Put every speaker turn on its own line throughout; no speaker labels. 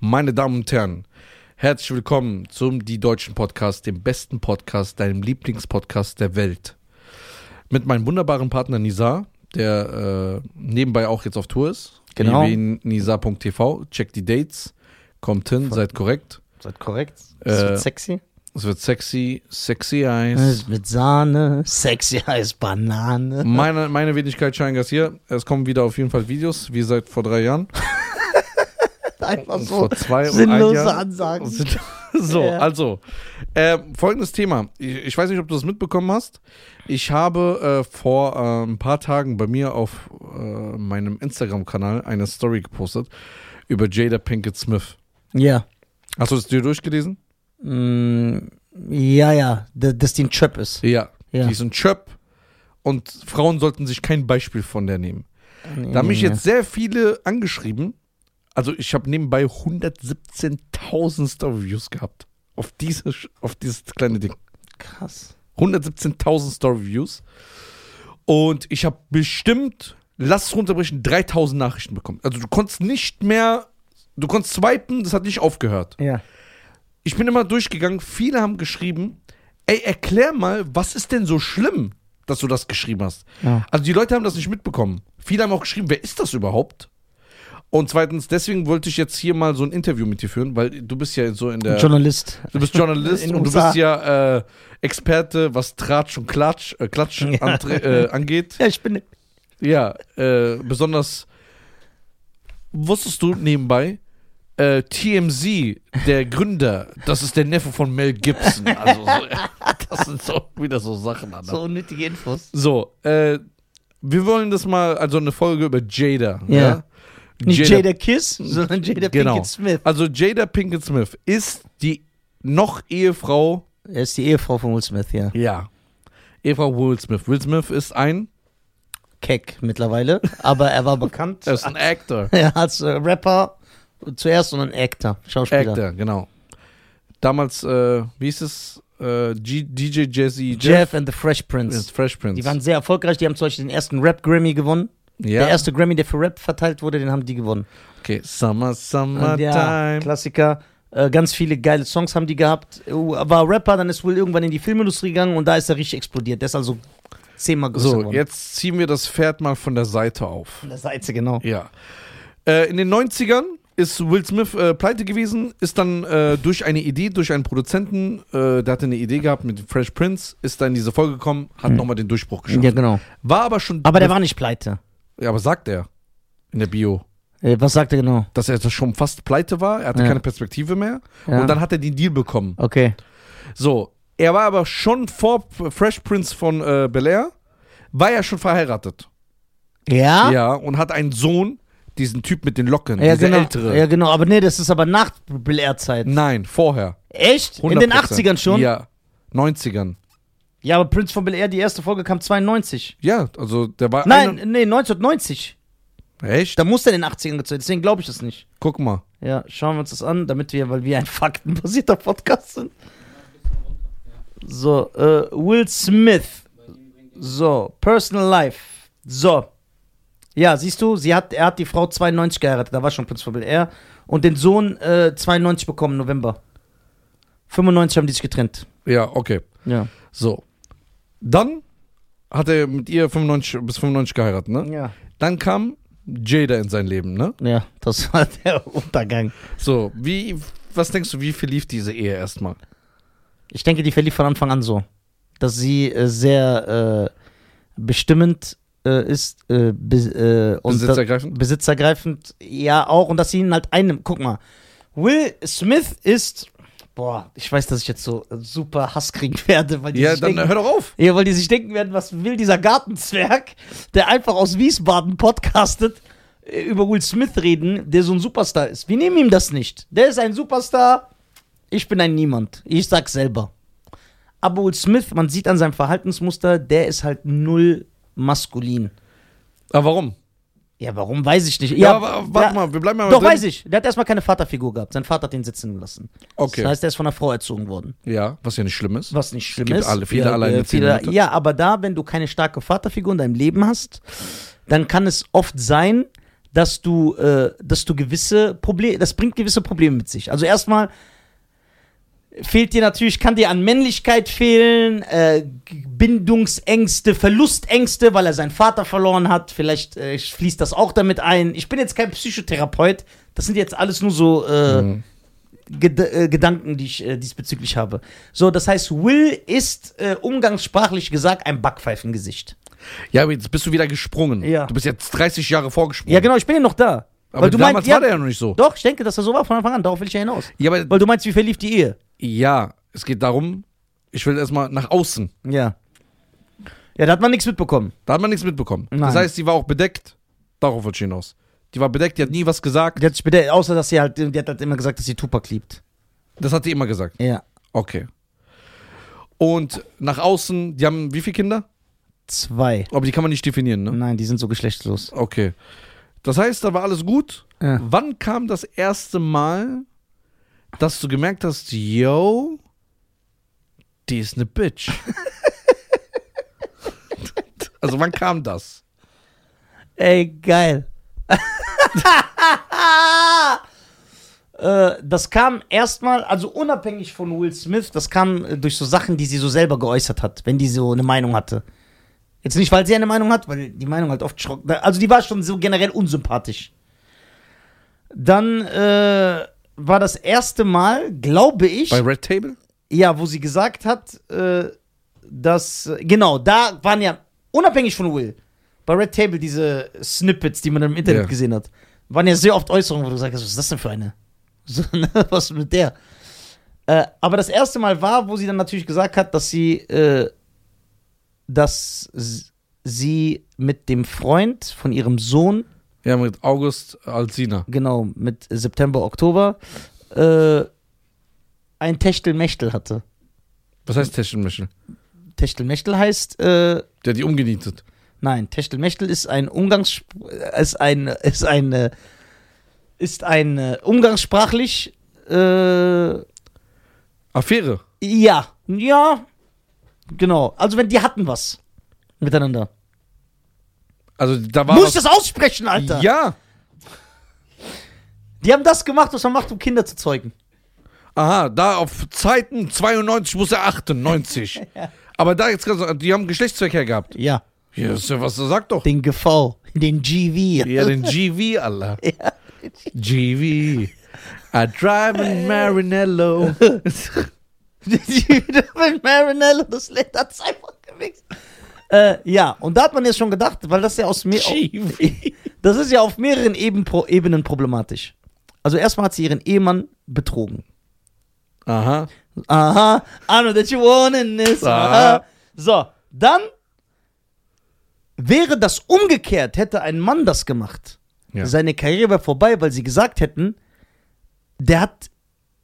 Meine Damen und Herren, herzlich willkommen zum Die Deutschen Podcast, dem besten Podcast, deinem Lieblingspodcast der Welt. Mit meinem wunderbaren Partner Nizar, der äh, nebenbei auch jetzt auf Tour ist.
Genau.
www.nizar.tv, checkt die Dates, kommt hin, seid korrekt.
Seid korrekt.
Äh,
Es wird sexy.
Es wird sexy, sexy Eis.
Es wird Sahne. Sexy heißt Banane.
Meine, meine Wenigkeit Scheingas hier. Es kommen wieder auf jeden Fall Videos, wie seit vor drei Jahren.
Einfach
Und
so
vor zwei und ein
sinnlose
Jahr.
Ansagen.
Sind- So,
Ja.
also, äh, folgendes Thema. Ich, ich weiß nicht, ob du das mitbekommen hast. Ich habe äh, vor äh, ein paar Tagen bei mir auf äh, meinem Instagram-Kanal eine Story gepostet über Jada Pinkett Smith.
Ja.
Hast du das dir durchgelesen?
Mm, ja, ja. D dass die ein Trap ist.
Ja.
Ja.
Die ist ein Chöp und Frauen sollten sich kein Beispiel von der nehmen. Da haben mich jetzt sehr viele angeschrieben. Also ich habe nebenbei 117.000 Story-Views gehabt. Auf, diese, Sch- auf dieses kleine Ding.
Krass.
117.000 Story-Views. Und ich habe bestimmt, lass es runterbrechen, 3.000 Nachrichten bekommen. Also du konntest nicht mehr, du konntest swipen, das hat nicht aufgehört.
Ja.
Ich bin immer durchgegangen, viele haben geschrieben, ey, erklär mal, was ist denn so schlimm, dass du das geschrieben hast?
Ja.
Also die Leute haben das nicht mitbekommen. Viele haben auch geschrieben, wer ist das überhaupt? Und zweitens, deswegen wollte ich jetzt hier mal so ein Interview mit dir führen, weil du bist ja so in der...
Journalist.
Du bist Journalist
In
und du
USA.
bist ja äh, Experte, was Tratsch und Klatsch, äh, Klatsch
Ja.
antre- äh, angeht.
Ja, ich bin.
Ja, äh, besonders wusstest du nebenbei, äh, TMZ, der Gründer, das ist der Neffe von Mel Gibson. Also so, das sind so wieder so Sachen. Alter.
So unnötige Infos.
So, äh, wir wollen das mal, also eine Folge über Jada.
Ja. Nicht
Jada
Jada, Kiss, sondern Jada
Genau.
Pinkett Smith.
Also Jada Pinkett Smith ist die noch Ehefrau
Er ist die Ehefrau von Will Smith, ja.
Ja. Eva Will Smith. Will Smith ist ein,
Keck mittlerweile. Aber er war bekannt.
er ist ein Actor.
Er als äh, Rapper zuerst und ein Actor, Schauspieler.
Actor, genau. Damals, äh, wie hieß es? Äh, G DJ Jazzy
Jeff and the Fresh Prince.
ist Fresh Prince.
Die waren sehr erfolgreich. Die haben zum Beispiel den ersten Rap-Grammy gewonnen.
ja,
Der erste Grammy, der für Rap verteilt wurde, den haben die gewonnen.
okay. Summer,
Und ja,
Summertime.
Klassiker. Äh, ganz viele geile Songs haben die gehabt. Äh, War Rapper, dann ist Will irgendwann in die Filmindustrie gegangen und da ist er richtig explodiert. Der ist also zehnmal größer
so,
geworden.
jetzt ziehen wir das Pferd mal von der Seite auf.
Von der Seite, genau.
Ja. Äh, in den 90ern ist Will Smith äh, pleite gewesen, ist dann äh, durch eine Idee, durch einen Produzenten, äh, der hatte eine Idee gehabt mit Fresh Prince, ist dann in diese Folge gekommen, hat nochmal den Durchbruch geschafft.
Hm. Ja, genau.
War aber schon
Aber der war nicht pleite.
Ja, aber sagt er in der Bio,
Äh, Was sagt er genau?
dass er schon fast pleite war, er hatte
Ja.
keine Perspektive mehr
Ja.
und dann hat er den Deal bekommen.
Okay.
So, er war aber schon vor P- Fresh Prince von äh, Bel Air, war ja schon verheiratet.
Ja?
Ja, und hat einen Sohn, diesen Typ mit den Locken,
Ah. Ja,
dieser
genau.
ältere.
Ja, genau. Aber nee, das ist aber nach Bill Air Zeit.
Nein, vorher.
Echt? In den
100%.
80ern schon?
Ja, 90ern.
Ja, aber Prince von Bel Air, die erste Folge kam 92.
Ja, also der war.
Nein, nee, 1990.
Eine, echt?
Da muss er in den 80ern gezogen, deswegen glaube ich das nicht.
Guck mal.
Ja, schauen wir uns das an, damit wir, weil wir ein faktenbasierter Podcast sind. So, äh, Will Smith. So, Personal Life. So. Ja, siehst du, sie hat, er hat die Frau 92 geheiratet, da war schon Prinz von Bel Air. Und den Sohn äh, 92 bekommen, November. 95 haben die sich getrennt.
Ja, okay.
Ja.
So. Dann hat er mit ihr 95, bis 95 geheiratet, ne?
Ja.
Dann kam Jada in sein Leben, ne?
Ja, das war der Untergang.
So, wie, was denkst du, wie verlief diese Ehe erstmal?
Ich denke, die verlief von Anfang an so, dass sie äh, sehr äh, bestimmend äh, ist, äh, be äh, und da-
Besitzergreifend?
besitzergreifend, ja auch, und dass sie ihn halt einnimmt. Guck mal, Will Smith ist, boah, ich weiß, dass ich jetzt so äh, super Hass kriegen werde, weil die
Ja,
sich
dann
denken,
hör doch auf.
ja, weil die sich denken werden, was will dieser Gartenzwerg, der einfach aus Wiesbaden podcastet, äh, über Will Smith reden, der so ein Superstar ist. Wir nehmen ihm das nicht. Der ist ein Superstar, ich bin ein Niemand. Ich sag's selber. Aber Will Smith, man sieht an seinem Verhaltensmuster, der ist halt null maskulin.
Aber warum?
Ja, warum weiß ich nicht.
Ja, aber warte
ja,
mal, wir bleiben mal
Doch,
drin.
weiß ich. Der hat erstmal keine Vaterfigur gehabt. Sein Vater hat ihn sitzen gelassen.
Okay.
Das heißt, er ist von einer Frau erzogen worden.
Ja, was ja nicht schlimm ist.
Was nicht schlimm
gibt
ist.
alle- viele
ja,
alleinerziehende
viele,
Mütter.
ja, aber da, wenn du keine starke Vaterfigur in deinem Leben hast, dann kann es oft sein, dass du, äh, dass du gewisse Probleme, das bringt gewisse Probleme mit sich. Also erstmal fehlt dir natürlich, kann dir an Männlichkeit fehlen, äh, G- Bindungsängste, Verlustängste, weil er seinen Vater verloren hat. Vielleicht äh, fließt das auch damit ein. Ich bin jetzt kein Psychotherapeut. Das sind jetzt alles nur so äh,
Mhm.
Ged äh, Gedanken, die ich äh, diesbezüglich habe. So, das heißt, Will ist äh, umgangssprachlich gesagt ein Backpfeifengesicht.
Ja, aber jetzt bist du wieder gesprungen.
Ja.
Du bist jetzt 30 Jahre vorgesprungen.
Ja, genau, ich bin ja noch da.
Aber damals
ja,
war der ja noch nicht so.
Doch, ich denke, dass er so war von Anfang an. Darauf will ich ja hinaus.
Ja, aber
Weil du meinst, wie verlief die Ehe?
ja, es geht darum, ich will erstmal nach außen.
Ja. Ja, da hat man nichts mitbekommen.
Da hat man nichts mitbekommen.
Nein.
Das heißt, die war auch bedeckt. Darauf wollte ich hinaus. Die war bedeckt, die hat nie was gesagt.
Die hat sich bedeckt, außer dass sie halt, die hat halt immer gesagt, dass sie Tupac liebt.
Das hat die immer gesagt.
Ja.
Okay. Und nach außen, die haben wie viele Kinder?
Zwei.
Aber die kann man nicht definieren, ne?
Nein, die sind so geschlechtslos.
Okay. Das heißt, da war alles gut.
Ja.
Wann kam das erste Mal, dass du gemerkt hast, yo, die ist eine Bitch? also wann kam das?
Ey, geil. Äh, das kam erstmal, also unabhängig von Will Smith, das kam äh, durch so Sachen, die sie so selber geäußert hat, wenn die so eine Meinung hatte. Jetzt nicht, weil sie eine Meinung hat, weil die Meinung halt oft schrocken. Also die war schon so generell unsympathisch. Dann äh, war das erste Mal, glaube ich.
Bei Red Table?
Ja, wo sie gesagt hat, äh, dass, genau, da waren ja, unabhängig von Will, bei Red Table diese Snippets, die man im Internet
Ja.
gesehen hat, waren ja sehr oft Äußerungen, wo du gesagt hast, was ist das denn für eine? So, ne, was ist mit der? Äh, aber das erste Mal war, wo sie dann natürlich gesagt hat, dass sie, äh, dass s- sie mit dem Freund von ihrem Sohn
Ja, mit August äh, Alsina.
genau, mit September, Oktober, äh, ein Techtelmechtel hatte.
Was heißt Teschenmischel?
Techtelmechtel heißt, äh,
Der hat die umgenietet.
nein, Techtelmechtel ist ein Umgangs, ist ein, ist ein, äh, ist ein äh, umgangssprachlich, äh,
Affäre.
ja, ja, genau. Also wenn die hatten was miteinander.
Also da war
Muss ich
was.
das aussprechen, Alter?
Ja.
Die haben das gemacht, was man macht, um Kinder zu zeugen.
Aha, da auf Zeiten 92 muss er achten, 90. Aber da jetzt ganz, die haben Geschlechtsverkehr gehabt.
Ja.
Ja, ist ja was, sag doch.
Den GV, den GV.
Ja, den GV, Allah. GV. I drive in Marinello.
Die wieder mit Marinello, das Lied hat es einfach gemixt. Äh, ja, und da hat man jetzt schon gedacht, weil das ja aus mir.
GV.
Das ist ja auf mehreren Eben Pro Ebenen problematisch. Also erstmal hat sie ihren Ehemann betrogen.
Aha.
Aha, I know that you wanted this. Aha.
Aha.
So, dann wäre das umgekehrt, hätte ein Mann das gemacht.
Ja.
Seine Karriere wäre vorbei, weil sie gesagt hätten, der hat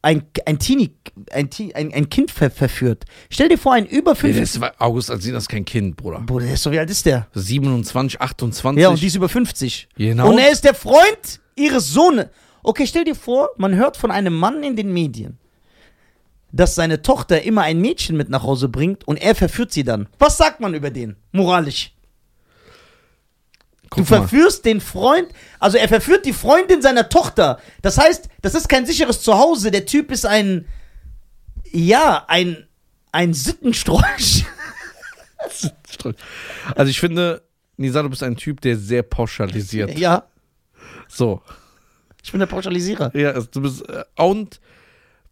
ein, ein Teenie, ein, Teen- ein, ein Kind ver verführt. Stell dir vor, ein über
Nee,
50.
das war August Alsina ist kein Kind, Bruder.
Bruder, der ist so, wie alt ist der?
27, 28.
Ja, und die ist über 50.
Genau.
Und er ist der Freund ihres Sohnes. Okay, stell dir vor, man hört von einem Mann in den Medien, dass seine Tochter immer ein Mädchen mit nach Hause bringt und er verführt sie dann. Was sagt man über den? Moralisch. Du
Guck mal.
verführst den Freund, also er verführt die Freundin seiner Tochter. Das heißt, das ist kein sicheres Zuhause. Der Typ ist ein, ja, ein, ein Sittenstrolch.
Also ich finde, Nisa, du bist ein Typ, der sehr pauschalisiert.
ja,
So.
ich bin der Pauschalisierer.
Ja, also du bist. äh, Und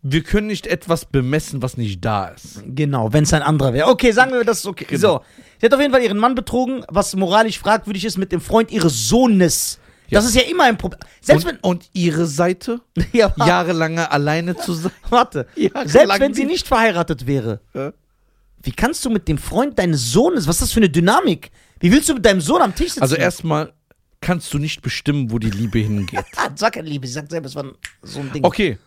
wir können nicht etwas bemessen, was nicht da ist.
Genau, wenn es ein anderer wäre. Okay, sagen wir, das ist okay.
Genau.
So, sie hat auf jeden Fall ihren Mann betrogen, was moralisch fragwürdig ist mit dem Freund ihres Sohnes. Das ist ja immer ein Problem. Selbst
Und, und ihre Seite?
wenn. Ja, wa-
Jahrelange alleine zu sein.
warte.
Ja,
Selbst
lang
wenn sie
nicht.
nicht verheiratet wäre,
Ja.
wie kannst du mit dem Freund deines Sohnes, was ist das für eine Dynamik? Wie willst du mit deinem Sohn am Tisch sitzen?
Also erstmal kannst du nicht bestimmen, wo die Liebe hingeht.
Ah, sag keine Liebe, sie sagt selber, es war so ein Ding.
Okay,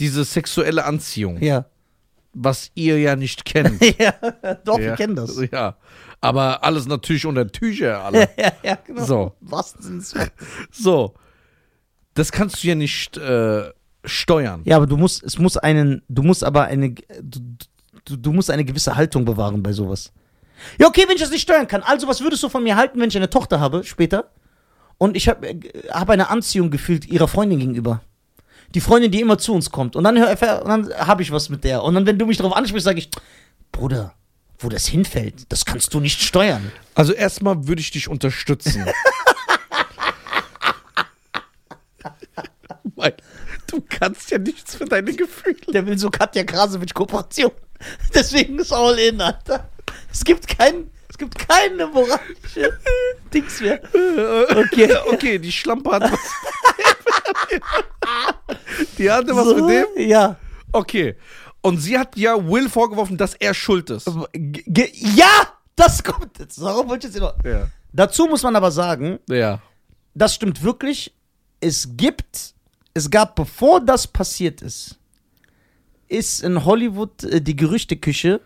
diese sexuelle Anziehung,
Ja.
was ihr ja nicht kennt.
ja, doch,
ja. Also
wir kennen das.
Ja, aber alles natürlich unter Tücher, alle.
Ja, ja, genau.
So.
Was denn so?
So, das kannst du ja nicht äh, steuern.
Ja, aber du musst, es muss einen, du musst aber eine, du, du, du musst eine gewisse Haltung bewahren bei sowas. Ja, okay, wenn ich das nicht steuern kann. Also, was würdest du von mir halten, wenn ich eine Tochter habe später Und ich habe äh, hab eine Anziehung gefühlt ihrer Freundin gegenüber. Die Freundin, die immer zu uns kommt. Und dann, hör- erfahr- und dann habe ich was mit der. Und dann, wenn du mich darauf ansprichst, sage ich, Bruder, wo das hinfällt, das kannst du nicht steuern.
Also erstmal würde ich dich unterstützen. Weil du kannst ja nichts für deine Gefühle.
Der will so Katja Krasowitsch Kooperation. Deswegen ist all in, Alter. Es gibt keinen, es gibt keine moralische Dings mehr.
Äh, Okay, okay, die Schlampe hat was. die hatte was mit dem.
Ja.
Okay. Und sie hat ja Will vorgeworfen, dass er schuld ist.
G ge- ja, das kommt jetzt. Darauf wollte ich jetzt noch.
Ja.
Dazu muss man aber sagen,
Ja.
das stimmt wirklich. Es gibt, es gab, bevor das passiert ist, ist in Hollywood äh, die Gerüchteküche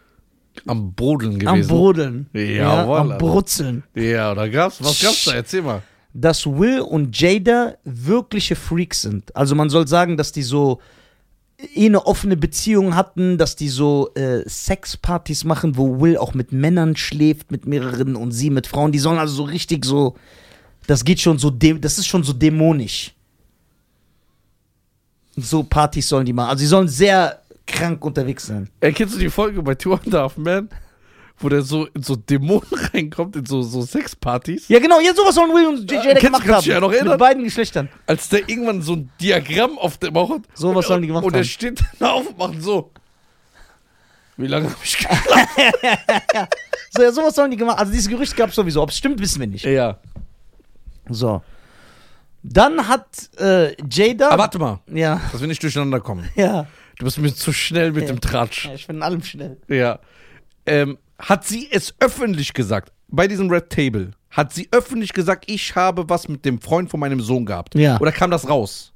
Am Brodeln
am
gewesen.
Brodeln.
Jawohl, also.
am
Alter.
Brutzeln.
ja, da gab's, was gab's da?
Sch-
Erzähl mal.
dass Will und Jada wirkliche Freaks sind. Also man soll sagen, dass die so eh eine offene Beziehung hatten, dass die so äh, Sexpartys machen, wo Will auch mit Männern schläft, mit mehreren und sie mit Frauen. Die sollen also so richtig so, das geht schon so, dä- das ist schon so dämonisch. So Partys sollen die machen. Also sie sollen sehr krank unterwegs sein.
Ey, kennst du die Folge bei Two and a Half Men, wo der so in so Dämonen reinkommt, in so, so Sexpartys?
Ja genau, ja sowas sollen Will und J-
Äh,
Jada
kennst-
gemacht
kannst
haben.
du dich ja noch erinnern?
Mit beiden Geschlechtern.
Als der irgendwann so ein Diagramm auf der Mauer hat.
So was
Und-
sollen die gemacht
Und der
haben.
steht dann auf und macht so. Wie lange hab ich geklappt?
So, ja, sowas sollen die gemacht. Also dieses Gerücht gab es sowieso. Ob es stimmt, wissen wir nicht.
ja.
So. Dann hat äh, Jada.
Aber Ah, warte mal,
ja,
dass wir nicht durcheinander kommen.
ja.
Du bist mir zu schnell mit
Ja.
dem Tratsch.
Ich bin in allem schnell.
Ja. Ähm, hat sie es öffentlich gesagt, bei diesem Red Table, hat sie öffentlich gesagt, ich habe was mit dem Freund von meinem Sohn gehabt?
Ja.
Oder kam das raus?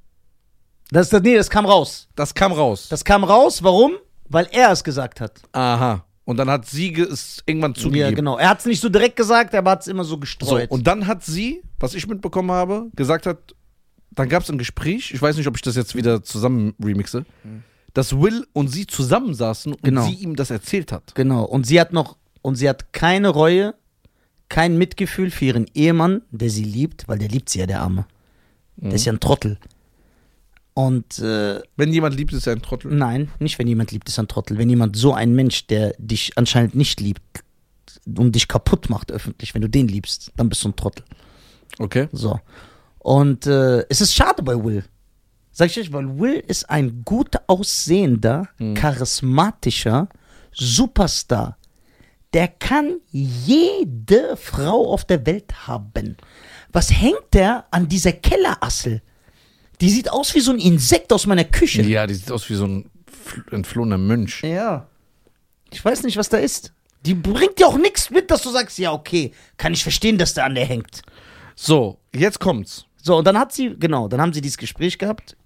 Das, das, nee, das kam raus.
Das kam raus.
Das kam raus. Warum? Weil er es gesagt hat.
Aha. Und dann hat sie ge- es irgendwann zugegeben.
Ja, genau. Er hat es nicht so direkt gesagt, aber hat es immer so
So,
gestreut.
und dann hat sie, was ich mitbekommen habe, gesagt hat, dann gab es ein Gespräch, ich weiß nicht, ob ich das jetzt wieder zusammen remixe, dass Will und sie zusammensaßen und
Genau.
sie ihm das erzählt hat.
genau. Und sie hat noch. Und sie hat keine Reue, kein Mitgefühl für ihren Ehemann, der sie liebt, weil der liebt sie ja, der Arme. Der ist ja ein Trottel. Und äh,
Wenn jemand liebt, ist er ein Trottel.
Nein, nicht wenn jemand liebt, ist ein Trottel. Wenn jemand so ein Mensch, der dich anscheinend nicht liebt und dich kaputt macht öffentlich, wenn du den liebst, dann bist du ein Trottel.
Okay.
So. Und äh, es ist schade bei Will. Sag ich euch, weil Will ist ein gut aussehender, charismatischer Superstar. Der kann jede Frau auf der Welt haben. Was hängt der an dieser Kellerassel? Die sieht aus wie so ein Insekt aus meiner Küche.
Ja, die sieht aus wie so ein fl- entflohener Mönch.
Ja. Ich weiß nicht, was da ist. Die bringt dir auch nichts mit, dass du sagst, ja, okay, kann ich verstehen, dass der an der hängt.
So, jetzt kommt's.
So, und dann hat sie, genau, dann haben sie dieses Gespräch gehabt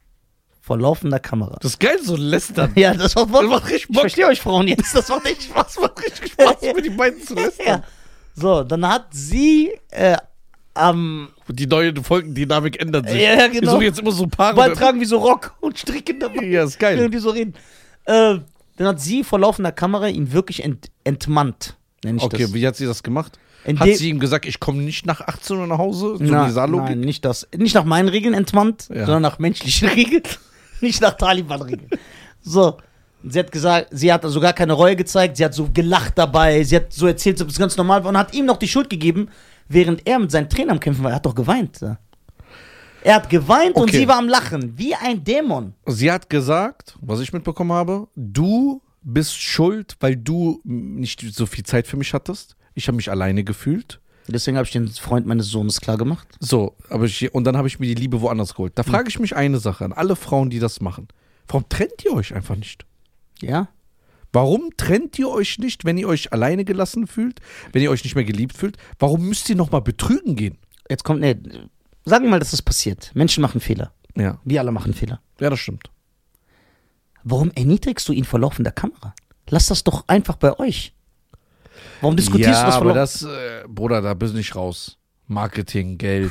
vor laufender Kamera.
Das ist geil, so lästern.
Ja, das macht, Bock.
macht richtig
Ich
Bock.
verstehe euch Frauen jetzt, das macht echt Spaß.
macht richtig Spaß, mit die beiden zu lästern.
ja. So, dann hat sie äh, am
Die neue Folgendynamik ändert sich.
Ja, ja, genau.
Wir suchen jetzt immer so Paare.
Ball tragen wie so Rock und stricken dabei.
Ja, ist geil.
Irgendwie so reden. Äh, dann hat sie vor laufender Kamera ihn wirklich ent entmannt, nenne ich das.
Okay, wie hat sie das gemacht?
In
hat
dem-
sie ihm gesagt, ich komme nicht nach 18 Uhr nach Hause? So
Na,
dieser Logik?
nein, nicht das. Nicht nach meinen Regeln entmannt,
Ja.
sondern nach menschlichen Regeln. nicht nach Taliban-Regeln. so. Und Sie hat gesagt, sie hat also gar keine Reue gezeigt, sie hat so gelacht dabei, sie hat so erzählt, dass es ganz normal war und hat ihm noch die Schuld gegeben, während er mit seinen Tränen am Kämpfen war. Er hat doch geweint. ja. Er hat geweint und
Okay.
sie war am Lachen, wie ein Dämon.
Sie hat gesagt, was ich mitbekommen habe, du bist schuld, weil du nicht so viel Zeit für mich hattest. Ich habe mich alleine gefühlt.
Deswegen habe ich den Freund meines Sohnes klar gemacht.
So, aber ich, und dann habe ich mir die Liebe woanders geholt.
Hm.
Da frage ich mich eine Sache an alle Frauen, die das machen. Warum trennt ihr euch einfach nicht?
Ja?
Warum trennt ihr euch nicht, wenn ihr euch alleine gelassen fühlt, wenn ihr euch nicht mehr geliebt fühlt? Warum müsst ihr nochmal betrügen gehen?
Jetzt kommt, nee, sagen wir mal, dass das passiert. Menschen machen Fehler.
Ja,
Wir alle machen Fehler.
ja, das stimmt.
Warum erniedrigst du ihn vor laufender Kamera? Lass das doch einfach bei euch. Warum diskutierst
ja,
du das vor
aber
laufender
das, äh, Bruder, da bist du nicht raus. Marketing, Geld.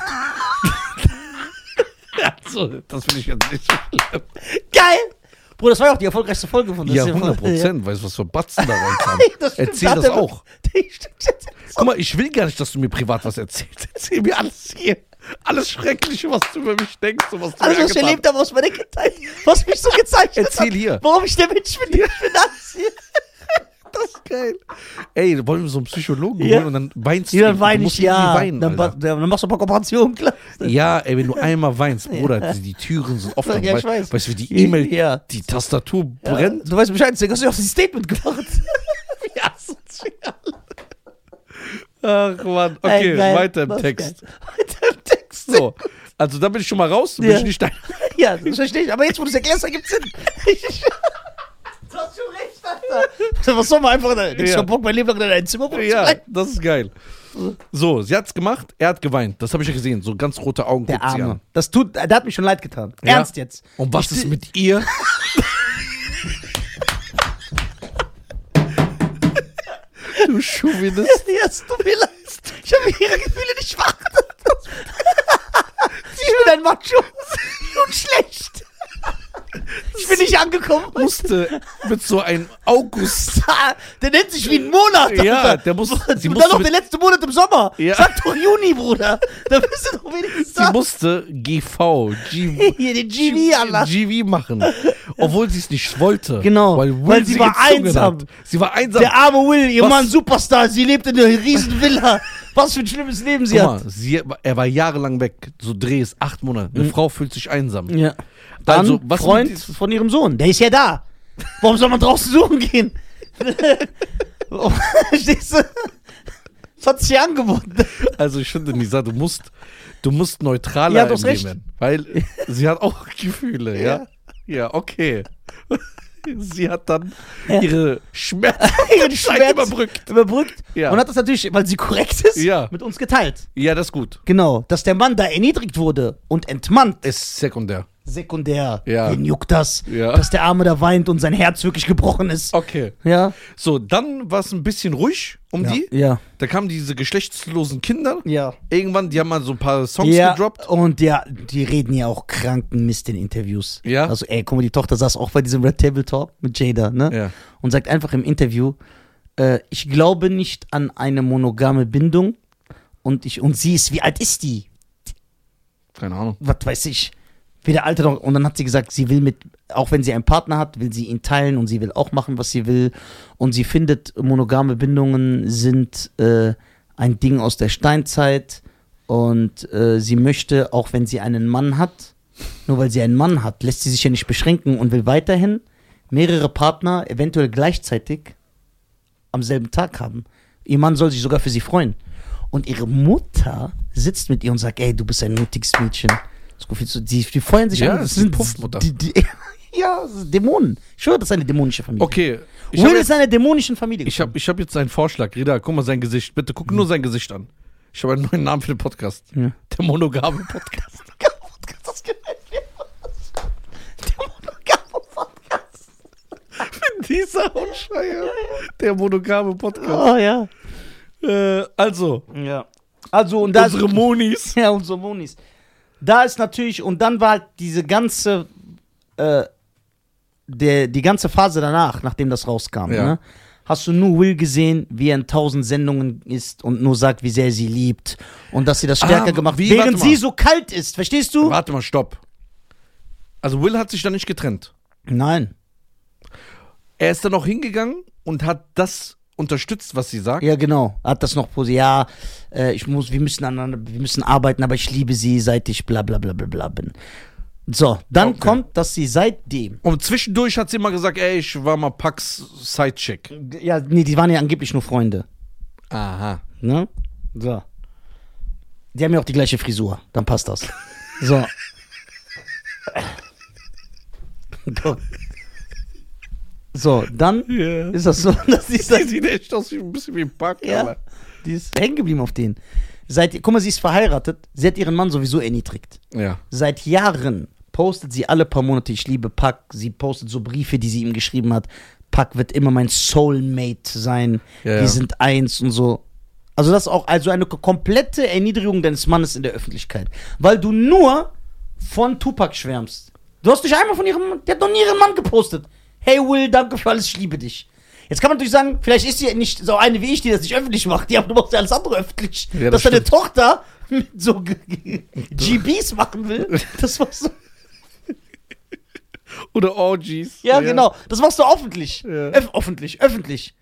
also, das finde ich jetzt nicht.
Geil! Bruder, das war ja auch die erfolgreichste Folge von der
Ja,
Serie.
100 Prozent. Weißt du, was für Batzen da reinkamen?
Ja. Das stimmt,
Erzähl
hat
das
er
auch.
wirklich- Stimmt, stimmt, stimmt.
Guck mal, ich will gar nicht, dass du mir privat was erzählst. Erzähl mir alles hier. Alles Schreckliche, was du über mich denkst und was du
Alles,
mir
was ich
angetan
erlebt habe aus meiner Kindheit, was mich so gezeichnet
Erzähl
hat.
hier.
Warum ich der Mensch bin, der ich bin das hier.
hast. Das ist geil. Ey, wollen wir so einen Psychologen
Ja.
holen und dann weinst
Ja,
du.
dann
Du
weine
musst
ich, ja.
irgendwie Weinen,
dann, ba-
Alter.
dann machst du ein paar Kooperationen, klar.
Ja, ey, wenn du einmal weinst, Bruder, die, die Türen sind offen.
Ja, ich
Wei-
weiß.
Weißt du, wie die E-Mail,
Ja.
die Tastatur brennt?
Du weißt Bescheid, deswegen hast du ja auf ein Statement gemacht.
Ja, Ach man,
Ey,
okay,
geil.
weiter im
Das ist
Text.
geil. Weiter im Text.
So, also da bin ich schon mal raus, bin
Ja.
ich nicht dein.
Ja, das verstehe ich. Aber jetzt, wo du es erklärst, ergibt es Sinn. Du hast schon recht, Alter. Was soll man einfach da? Ich
Ja.
hab Bock, mein Leben lang in ein Zimmer zu
Ja,
bleiben.
das ist geil. So, sie hat's gemacht, er hat geweint. Das habe ich ja gesehen, so ganz rote Augen
Der
guckt sie
Arme.
an.
Das tut, der hat mich schon leid getan.
Ja.
Ernst jetzt.
Und was
Ich-
ist mit ihr? du Chauvinist.
Ja, es tut mir leid. Ich habe ihre Gefühle nicht verachtet. Ich bin ein Macho. Und schlecht. Ich bin nicht angekommen.
Musste mit so einem August.
Der nennt sich wie ein Monat.
Ja,
Alter.
der muss, sie
und dann
musste,
noch
mit,
der letzte Monat im Sommer.
Ja.
Sag doch Juni, Bruder. Da bist du doch wenigstens
sie
da.
musste GV, G,
Hier den GV anlassen.
GV machen. Obwohl sie es nicht wollte.
Genau,
Weil, Will
weil sie war
gezwungen
einsam.
Hat. Sie war einsam.
Der arme Will, ihr
Was?
Mann Superstar. Sie lebt in einer riesen Villa. Was für ein schlimmes Leben sie
Guck
hat.
mal, sie, er war jahrelang weg. So Drehs, acht Monate. Eine Frau fühlt sich einsam.
Mhm. Ja. Dann
Also,
also,
was
Freund
mit-
von ihrem Sohn. Der ist ja da. Warum soll man draußen suchen gehen? Warum- Verstehst du? Das hat sich angeboten.
Also ich finde, Nisa, du musst, du musst neutraler
Ja, du hast
im
recht.
Leben, Weil sie hat auch Gefühle, ja? Ja, okay. Sie hat dann
Ja.
ihre Schmerzen
Ihren Schmerz
überbrückt.
Überbrückt.
Ja.
Und hat das natürlich, weil sie korrekt ist,
Ja.
mit uns geteilt.
Ja, das ist gut.
Genau. Dass der Mann da erniedrigt wurde und entmannt.
Ist sekundär.
Sekundär.
Ja.
Den juckt das.
Ja.
Dass der Arme da weint und sein Herz wirklich gebrochen ist.
Okay.
Ja.
So, dann war es ein bisschen ruhig um die.
Ja.
Da kamen diese geschlechtslosen Kinder.
Ja.
Irgendwann, die haben mal so ein paar Songs
ja,
gedroppt.
Und ja, die reden ja auch kranken Mist in Interviews.
Ja.
Also, ey, guck mal, die Tochter saß auch bei diesem Red Table Talk mit Jada, ne?
Ja.
Und sagt einfach im Interview, äh, ich glaube nicht an eine monogame Bindung. Und ich, und sie ist, wie alt ist die?
Keine Ahnung.
Was weiß ich. Weder Alter noch. Und dann hat sie gesagt, sie will mit, auch wenn sie einen Partner hat, will sie ihn teilen und sie will auch machen, was sie will. Und sie findet, monogame Bindungen sind äh, ein Ding aus der Steinzeit. Und äh, sie möchte, auch wenn sie einen Mann hat, nur weil sie einen Mann hat, lässt sie sich ja nicht beschränken und will weiterhin mehrere Partner eventuell gleichzeitig am selben Tag haben. Ihr Mann soll sich sogar für sie freuen. Und ihre Mutter sitzt mit ihr und sagt, ey, du bist ein mutiges Mädchen. Das ist gut, findest du- Die, die freuen sich
Ja,
an.
das ist die Puffmutter.
Die, die, ja, das sind Dämonen. Ich schwöre, das ist eine dämonische Familie.
Okay. Ich
Will
habe
ist
jetzt,
einer dämonischen Familie.
ich hab, ich hab jetzt einen Vorschlag. Reda, guck mal sein Gesicht. Bitte guck nur sein Gesicht an. Ich habe einen neuen Namen für den Podcast.
Mhm. Ja.
Der monogame Podcast.
Podcast, das gefällt mir. Der monogame Podcast.
Dieser Unscheier. Der monogame Podcast.
Oh ja.
Äh, also,
Ja. Also, und da
unsere Monis.
Ja, und so Monis. Da ist natürlich, und dann war halt diese ganze, äh, der, die ganze Phase danach, nachdem das rauskam,
Ja.
ne? Hast du nur Will gesehen, wie er in tausend Sendungen ist und nur sagt, wie sehr sie liebt und dass sie das stärker
Ah,
gemacht
wie-
während
warte mal.
sie so kalt ist, verstehst du?
Warte mal, stopp. Also Will hat sich da nicht getrennt.
Nein.
Er ist dann noch hingegangen und hat das unterstützt, was sie sagt.
Ja, genau. Hat das noch positiv. Ja, äh, ich muss, wir müssen aneinander, wir müssen arbeiten, aber ich liebe sie, seit ich bla bla bla bla bla bin. So, dann
Okay.
kommt, dass sie seitdem.
Und zwischendurch hat sie immer gesagt, ey, ich war mal Pax Sidechick.
Ja, nee, die waren ja angeblich nur Freunde.
Aha.
Ne? So. Die haben ja auch die gleiche Frisur, dann passt das. So. so. So, dann
Ja.
ist das so, dass die
Sie
seit,
sieht echt aus wie ein bisschen wie ein Pack,
ja,
aber.
die ist hängen geblieben auf denen. Seit, guck mal, sie ist verheiratet, sie hat ihren Mann sowieso erniedrigt.
Ja.
Seit Jahren postet sie alle paar Monate, ich liebe Pack, sie postet so Briefe, die sie ihm geschrieben hat. Pack wird immer mein Soulmate sein,
Ja,
wir
ja.
sind eins und so. Also das ist auch also eine komplette Erniedrigung deines Mannes in der Öffentlichkeit, weil du nur von Tupac schwärmst. Du hast dich einmal von ihrem, der hat noch nie ihren Mann gepostet. Hey Will, danke für alles, ich liebe dich. Jetzt kann man natürlich sagen, vielleicht ist sie nicht so eine wie ich, die das nicht öffentlich macht. Die haben du machst ja alles andere öffentlich.
Ja, das
Dass deine
stimmt.
Tochter mit so G- G- GBs machen will, das machst du.
Oder Orgies.
Ja, genau. Das machst du öffentlich.
Ja.
Öff- öffentlich, öffentlich.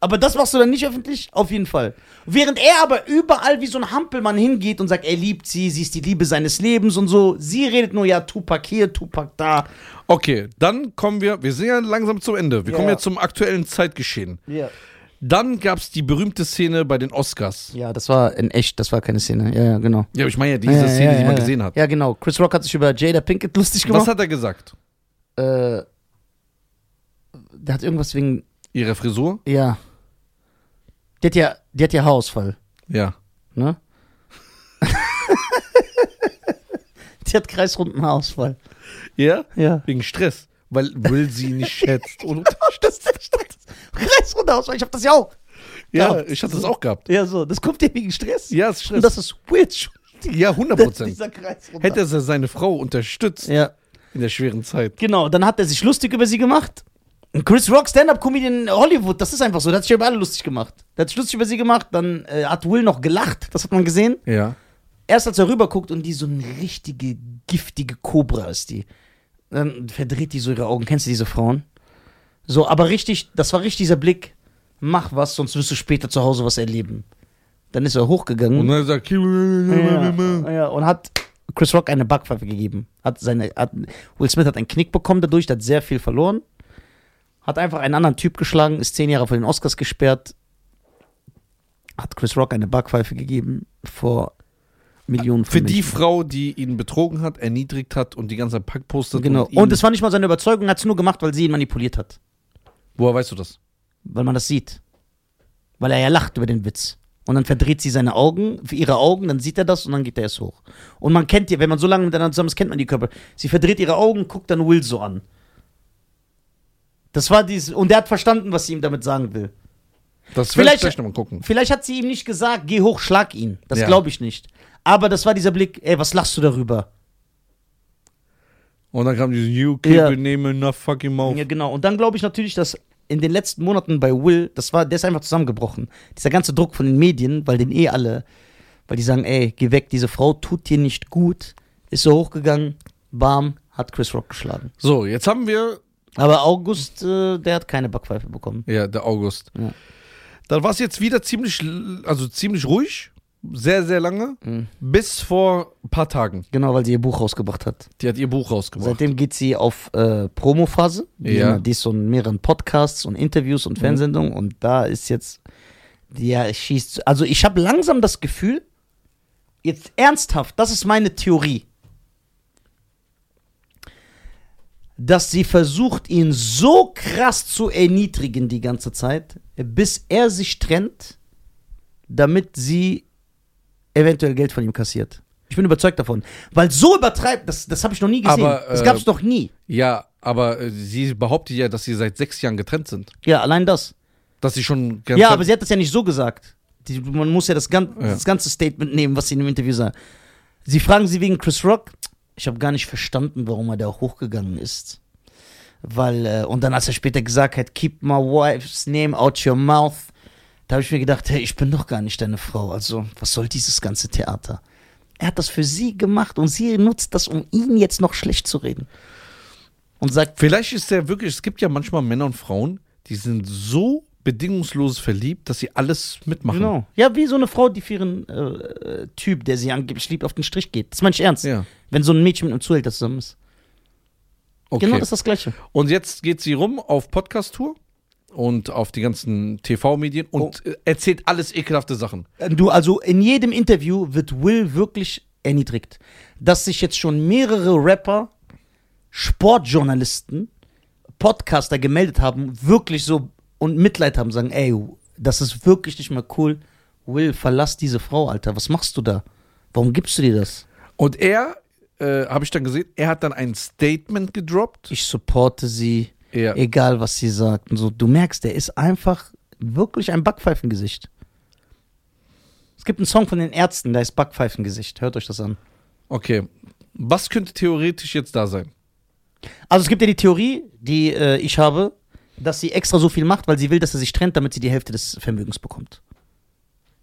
Aber das machst du dann nicht öffentlich? Auf jeden Fall. Während er aber überall wie so ein Hampelmann hingeht und sagt, er liebt sie, sie ist die Liebe seines Lebens und so. Sie redet nur, ja, Tupac hier, Tupac da.
Okay, dann kommen wir, wir sind ja langsam zum Ende. Wir
Ja,
kommen
ja.
jetzt zum aktuellen Zeitgeschehen.
Ja.
Dann gab es die berühmte Szene bei den Oscars.
Ja, das war in echt, das war keine Szene. Ja, ja, genau.
Ja, aber ich meine ja diese
ja,
Szene,
ja,
die
ja,
man
ja.
gesehen hat.
Ja, genau. Chris Rock hat sich über Jada Pinkett lustig
Was
gemacht.
hat er gesagt?
äh, der hat irgendwas wegen.
Ihre Frisur?
Ja. Die hat ja, die hat ja Haarausfall,
Ja.
ne? die hat kreisrunden Haarausfall.
Ja?
Ja.
Wegen Stress. Weil Will sie nicht schätzt. Und,
Das ist der Stress. Kreisrunden Haarausfall. Ich hab das ja auch.
ja,
Gehabt.
ich hatte das auch gehabt.
Ja, so. Das kommt dir wegen Stress.
Ja, es ist
Und
Stress.
das ist weird. schon,
Ja, 100
dass
Prozent.
Dieser Kreisrunder.
Hätte er seine Frau unterstützt
Ja.
in der schweren Zeit.
Genau, dann hat er sich lustig über sie gemacht. Und Chris Rock, Stand-Up-Comedian in Hollywood, das ist einfach so, der hat sich über alle lustig gemacht. Der hat sich lustig über sie gemacht, dann äh, hat Will noch gelacht, das hat man gesehen.
Ja.
Erst als er rüberguckt und die so eine richtige, giftige Kobra ist die. Dann verdreht die so ihre Augen, kennst du diese Frauen? So, aber richtig, das war richtig dieser Blick, mach was, sonst wirst du später zu Hause was erleben. Dann ist er hochgegangen.
Und dann sagt
Ja, ja, und hat Chris Rock eine Backpfeife gegeben. Hat seine, hat, Will Smith hat einen Knick bekommen dadurch, der hat sehr viel verloren. Hat einfach einen anderen Typ geschlagen, ist zehn Jahre vor den Oscars gesperrt. Hat Chris Rock eine Backpfeife gegeben vor Millionen von
Für die
Menschen.
Frau, die ihn betrogen hat, erniedrigt hat und die ganze Zeit Pack postet.
Genau.
ihn-
Und es war nicht mal seine Überzeugung, hat es nur gemacht, weil sie ihn manipuliert hat.
woher weißt du das?
Weil man das sieht. Weil er ja lacht über den Witz. Und dann verdreht sie seine Augen, für ihre Augen, dann sieht er das und dann geht er erst hoch. Und man kennt ihr, wenn man so lange miteinander zusammen ist, kennt man die Körper. Sie verdreht ihre Augen, guckt dann Will so an. Das war dieses, und der hat verstanden, was sie ihm damit sagen will.
Das werde ich
Vielleicht-
gleich nochmal gucken.
Vielleicht hat sie ihm nicht gesagt, geh hoch, schlag ihn. Das
Ja.
glaube ich nicht. Aber das war dieser Blick, ey, was lachst du darüber?
Und dann kam dieses You keep
Ja.
ja. name enough fucking mouth.
Ja, genau. Und dann glaube ich natürlich, dass in den letzten Monaten bei Will, das war, der ist einfach zusammengebrochen. Dieser ganze Druck von den Medien, weil den eh alle, weil die sagen, ey, geh weg, diese Frau tut dir nicht gut, ist so hochgegangen, bam, hat Chris Rock geschlagen.
So, jetzt haben wir
Aber August, äh, der hat keine Backpfeife bekommen.
ja, der August.
Ja.
Dann war es jetzt wieder ziemlich, l- also ziemlich ruhig, sehr, sehr lange,
Mhm.
bis vor ein paar Tagen.
Genau, weil sie ihr Buch rausgebracht hat.
Die hat ihr Buch rausgebracht.
Seitdem geht sie auf äh, Promophase. Wie
Ja. Mhm.
immer. Die ist so in mehreren Podcasts und Interviews und Fernsehsendungen und da ist jetzt, ja, schießt. Also ich habe langsam das Gefühl, jetzt ernsthaft, das ist meine Theorie, dass sie versucht, ihn so krass zu erniedrigen die ganze Zeit, bis er sich trennt, damit sie eventuell Geld von ihm kassiert. Ich bin überzeugt davon. Weil so übertreibt, das, das habe ich noch nie gesehen.
Aber,
das
äh,
gab es noch nie.
Ja, aber äh, sie behauptet ja, dass sie seit sechs Jahren getrennt sind.
Ja, allein das.
Dass sie schon ganz.
Ja, aber sie hat das ja nicht so gesagt. Die, man muss ja das, gan
Ja.
das ganze Statement nehmen, was sie in dem Interview sagt. Sie fragen sie wegen Chris Rock. Ich habe gar nicht verstanden, warum er da hochgegangen ist. Weil, äh, und dann, als er später gesagt hat, keep my wife's name out your mouth, da habe ich mir gedacht, hey, ich bin doch gar nicht deine Frau. Also, was soll dieses ganze Theater? Er hat das für sie gemacht und sie nutzt das, um ihn jetzt noch schlecht zu reden. Und sagt,
Vielleicht ist der wirklich, es gibt ja manchmal Männer und Frauen, die sind so bedingungslos verliebt, dass sie alles mitmachen.
Genau. Ja, wie so eine Frau, die für ihren äh, äh, Typ, der sie angeblich liebt, auf den Strich geht. Das meine ich ernst.
Ja.
Wenn so ein Mädchen mit einem Zuhälter zusammen ist.
Okay.
Genau, das ist das Gleiche.
Und jetzt geht sie rum auf Podcast-Tour und auf die ganzen TV-Medien und
Oh.
äh, erzählt alles ekelhafte Sachen.
Du, also in jedem Interview wird Will wirklich erniedrigt. Dass sich jetzt schon mehrere Rapper, Sportjournalisten, Podcaster gemeldet haben, wirklich so und Mitleid haben, sagen, ey, das ist wirklich nicht mehr cool. Will, verlass diese Frau, Alter. Was machst du da? Warum gibst du dir das?
Und er, äh, habe ich dann gesehen, er hat dann ein Statement gedroppt.
Ich supporte sie.
Er,
egal was sie sagt. Und so, du merkst, der ist einfach wirklich ein Backpfeifengesicht. Es gibt einen Song von den Ärzten, der heißt Backpfeifengesicht. Hört euch das an.
okay. Was könnte theoretisch jetzt da sein?
Also es gibt ja die Theorie, die äh, ich habe, dass sie extra so viel macht, weil sie will, dass er sich trennt, damit sie die Hälfte des Vermögens bekommt.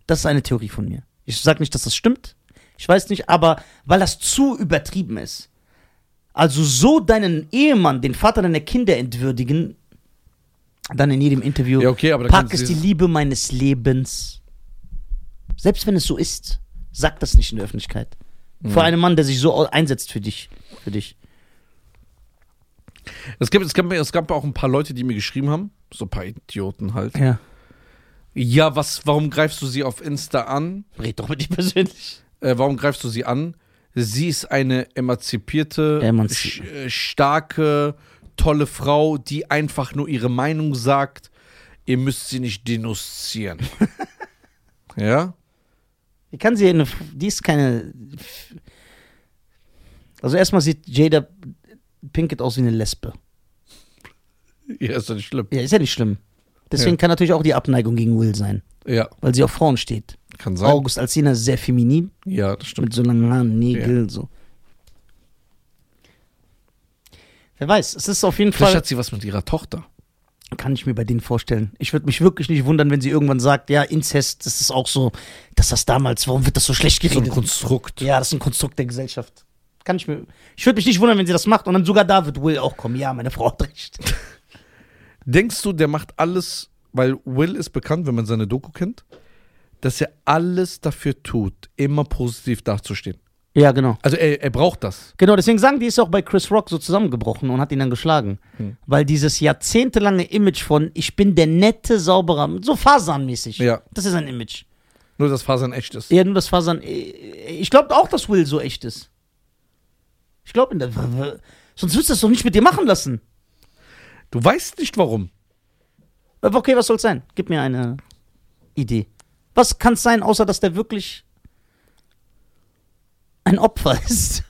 Das ist eine Theorie von mir. Ich sage nicht, dass das stimmt. Ich weiß nicht, aber weil das zu übertrieben ist. Also so deinen Ehemann, den Vater deiner Kinder entwürdigen, dann in jedem Interview.
Ja, okay, aber da
Park
kannst
ist
du-
die Liebe meines Lebens. Selbst wenn es so ist, sag das nicht in der Öffentlichkeit. Vor
Mhm.
einem Mann, der sich so au- einsetzt für dich. Für dich.
Es gab, es, gab, es gab auch ein paar Leute, die mir geschrieben haben, so ein paar Idioten halt.
Ja.
Ja, was, warum greifst du sie auf Insta an?
Red doch mit dir persönlich.
Äh, warum greifst du sie an? Sie ist eine emanzipierte,
Emanzi-
sch- äh, starke, tolle Frau, die einfach nur ihre Meinung sagt. Ihr müsst sie nicht denunzieren. ja?
Die kann sie eine, F- die ist keine. F- Also erstmal sieht Jada Pinkett aus wie eine Lesbe.
Ja, ist doch nicht schlimm.
Ja, ist ja nicht schlimm. Deswegen
Ja.
kann natürlich auch die Abneigung gegen Will sein,
Ja,
weil sie auf Frauen steht.
kann sein.
August als jener sehr feminin,
Ja, das stimmt.
mit so langen Haaren, Nägel, so. Wer weiß, es ist auf jeden
Vielleicht
Fall,
hat sie was mit ihrer Tochter.
kann ich mir bei denen vorstellen. Ich würde mich wirklich nicht wundern, wenn sie irgendwann sagt, ja, Inzest, das ist auch so, dass das damals, warum wird das so schlecht
So ein
geredet?
Konstrukt.
Ja, das ist ein Konstrukt der Gesellschaft. Kann ich mir. Ich würde mich nicht wundern, wenn sie das macht und dann sogar da wird Will auch kommen. Ja, meine Frau hat recht.
Denkst du, der macht alles, weil Will ist bekannt, wenn man seine Doku kennt, dass er alles dafür tut, immer positiv dazustehen.
Ja, genau.
Also er, er braucht das.
Genau, deswegen sagen die, ist auch bei Chris Rock so zusammengebrochen und hat ihn dann geschlagen.
Hm.
Weil dieses jahrzehntelange Image von ich bin der nette, saubere, so Fasan-mäßig.
Ja.
Das ist ein Image.
Nur, dass Fasern echt ist.
Ja, nur das Fasan. äh, Ich glaube auch, dass Will so echt ist. Ich glaube, sonst würdest du das doch nicht mit dir machen lassen.
Du weißt nicht warum.
Äh, Okay, was soll's sein? Gib mir eine Idee. Was kann's sein, außer dass der wirklich ein Opfer ist?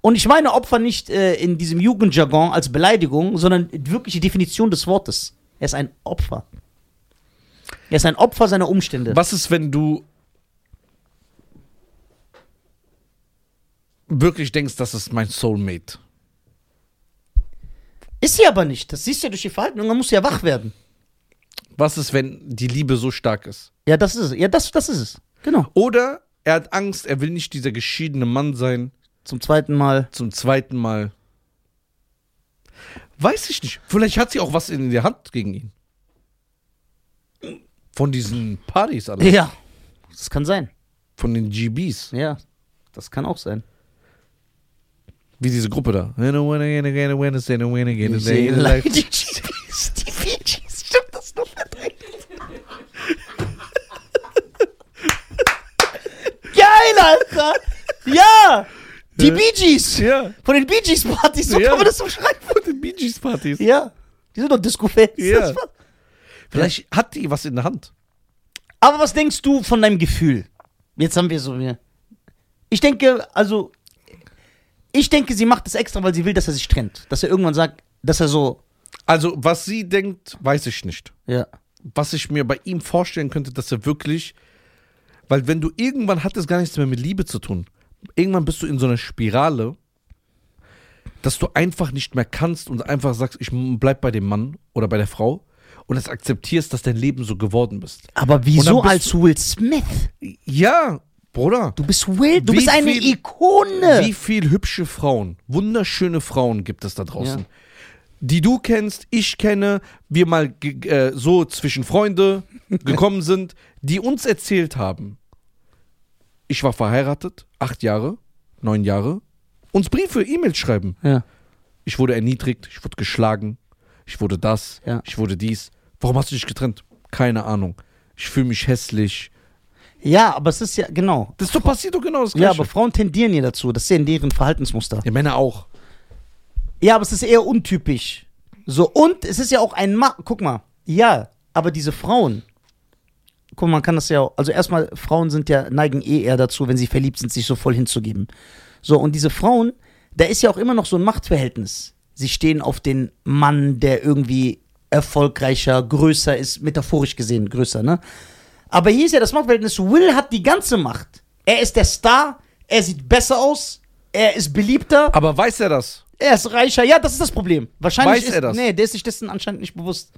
Und ich meine Opfer nicht äh, in diesem Jugendjargon als Beleidigung, sondern wirkliche Definition des Wortes. Er ist ein Opfer. Er ist ein Opfer seiner Umstände.
Was ist, wenn du wirklich denkst, das ist mein Soulmate?
Ist sie aber nicht. Das siehst du ja durch ihr Verhalten. Irgendwann muss sie ja wach werden.
Was ist, wenn die Liebe so stark ist?
Ja, das ist es. Ja, das, das ist es. Genau.
Oder er hat Angst, er will nicht dieser geschiedene Mann sein
Zum zweiten Mal.
zum zweiten Mal. Weiß ich nicht. Vielleicht hat sie auch was in der Hand gegen ihn. Von diesen Partys alle.
Ja. Das kann sein.
Von den GBs.
Ja. Das kann auch sein.
Wie diese Gruppe da.
Ich sehe leider die Fidschis. Die Fidschis. Stimmt das noch verdrängt? Geil, Alter! Ja! Die Bee Gees!
Ja.
Von den Bee Gees Partys, so
Ja.
kann man das so schreiben.
Von den Bee Gees Partys.
Ja. Die sind doch Disco-Fans.
Ja.
Das war-
Vielleicht hat die was in der Hand.
Aber was denkst du von deinem Gefühl? Jetzt haben wir so mehr. Ich denke, also, ich denke, sie macht das extra, weil sie will, dass er sich trennt. Dass er irgendwann sagt, dass er so,
Also, was sie denkt, weiß ich nicht.
ja.
Was ich mir bei ihm vorstellen könnte, dass er wirklich. Weil, wenn du irgendwann hat das gar nichts mehr mit Liebe zu tun. Irgendwann bist du in so einer Spirale, dass du einfach nicht mehr kannst und einfach sagst, ich bleib bei dem Mann oder bei der Frau und das akzeptierst, dass dein Leben so geworden bist.
Aber wieso
bist
als Will Smith?
Ja, Bruder.
Du bist Will, du
Wie
bist eine
viel-
Ikone.
Wie viel hübsche Frauen, wunderschöne Frauen gibt es da draußen?
Ja.
Die du kennst, ich kenne, wir mal ge- äh, so zwischen Freunde gekommen sind, die uns erzählt haben. Ich war verheiratet, acht Jahre, neun Jahre, uns Briefe, E-Mails schreiben.
Ja.
Ich wurde erniedrigt, ich wurde geschlagen, ich wurde das,
Ja.
ich wurde dies. Warum hast du dich getrennt? Keine Ahnung. Ich fühle mich hässlich.
ja, aber es ist ja, genau.
Das ist doch passiert doch genau das Gleiche.
Ja, aber Frauen tendieren ja dazu. Das ist ja in deren Verhaltensmuster.
ja, Männer auch.
Ja, aber es ist eher untypisch. So, und es ist ja auch ein Ma Guck mal. Ja, aber diese Frauen. Guck mal, man kann das ja auch. Also, erstmal, Frauen sind ja, neigen eh eher dazu, wenn sie verliebt sind, sich so voll hinzugeben. So, und diese Frauen, da ist ja auch immer noch so ein Machtverhältnis. Sie stehen auf den Mann, der irgendwie erfolgreicher, größer ist, metaphorisch gesehen größer, ne? Aber hier ist ja das Machtverhältnis. Will hat die ganze Macht. Er ist der Star, er sieht besser aus, er ist beliebter.
Aber weiß er das?
Er ist reicher. Ja, das ist das Problem. Wahrscheinlich
Weiß
ist
er das?
Nee, der ist sich dessen anscheinend nicht bewusst.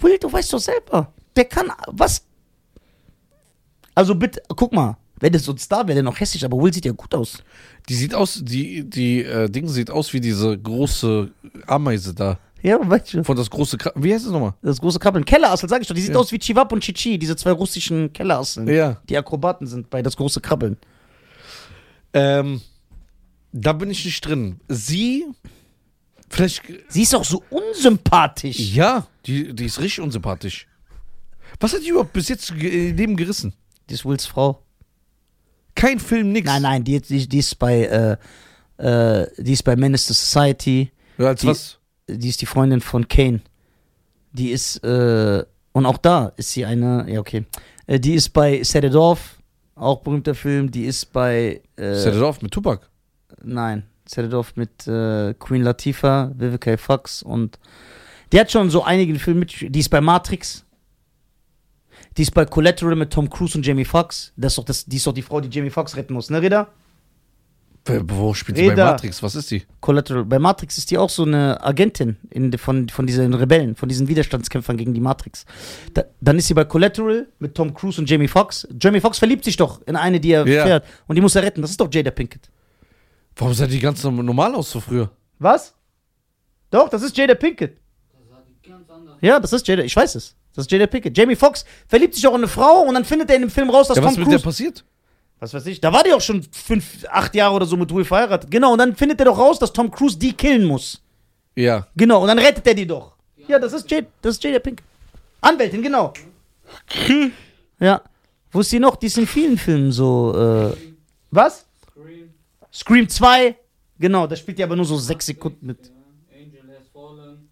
Will, du weißt doch selber. Der kann was. Also bitte, guck mal. Wenn das so ein Star wäre, der noch hässlich, aber Will sieht ja gut aus.
Die sieht aus, die, die äh, Ding sieht aus wie diese große Ameise da.
Ja, weißt du.
Von das große Kra Wie heißt es nochmal?
Das große Krabbeln. Kellerassel, sag ich doch. Die sieht
Ja.
aus wie Chivap und Chichi, diese zwei russischen Kellerasseln.
Ja.
Die Akrobaten sind bei das große Krabbeln.
Ähm, da bin ich nicht drin. Sie. Vielleicht.
Sie ist auch so unsympathisch.
Ja, die, die ist richtig unsympathisch. Was hat die überhaupt bis jetzt ge- in Leben gerissen?
Die ist Wills Frau.
Kein Film, nix.
Nein, nein, die, die, die ist bei, äh, äh, die ist bei Menace to Society.
Ja, Als
Die-
was?
Die ist die Freundin von Kane. Die ist, äh, und auch da ist sie eine, ja, okay. Äh, die ist bei Set It Off, auch berühmter Film. Die ist bei, äh,
Set it off mit Tupac.
Nein, Set It Off mit äh, Queen Latifah, Vivica Fox und die hat schon so einigen Filmen mit. Die ist bei Matrix. Die ist bei Collateral mit Tom Cruise und Jamie Foxx. Das ist doch, das, die ist doch die Frau, die Jamie Foxx retten muss, ne, Reda?
Wer- Wo spielt sie bei
Reda.
Matrix? Was ist die?
Collateral. Bei Matrix ist die auch so eine Agentin in, von, von diesen Rebellen, von diesen Widerstandskämpfern gegen die Matrix. Da, dann ist sie bei Collateral mit Tom Cruise und Jamie Foxx. Jamie Foxx verliebt sich doch in eine, die er
Ja.
fährt. Und die muss er retten. Das ist doch Jada Pinkett.
Warum sah die ganz normal aus so früher?
Was? Doch, das ist Jada Pinkett. Ja, das ist Jada, ich weiß es. Das ist Jada Pinkett. Jamie Foxx verliebt sich auch in eine Frau und dann findet er in dem Film raus, dass
Ja, was
Tom
ist mit der
Cruise.
passiert?
Was weiß ich, da war die auch schon fünf, acht Jahre oder so mit Will verheiratet. Genau, und dann findet er doch raus, dass Tom Cruise die killen muss.
Ja.
Genau, und dann rettet er die doch. Ja, das ist Jada, das ist Jada Pinkett. Anwältin, genau.
Hm.
ja. Wo ist sie noch? Die ist in vielen Filmen so. Äh, was?
Scream,
Scream 2? Genau, da spielt die aber nur so sechs Sekunden mit.
yeah. Angel has fallen.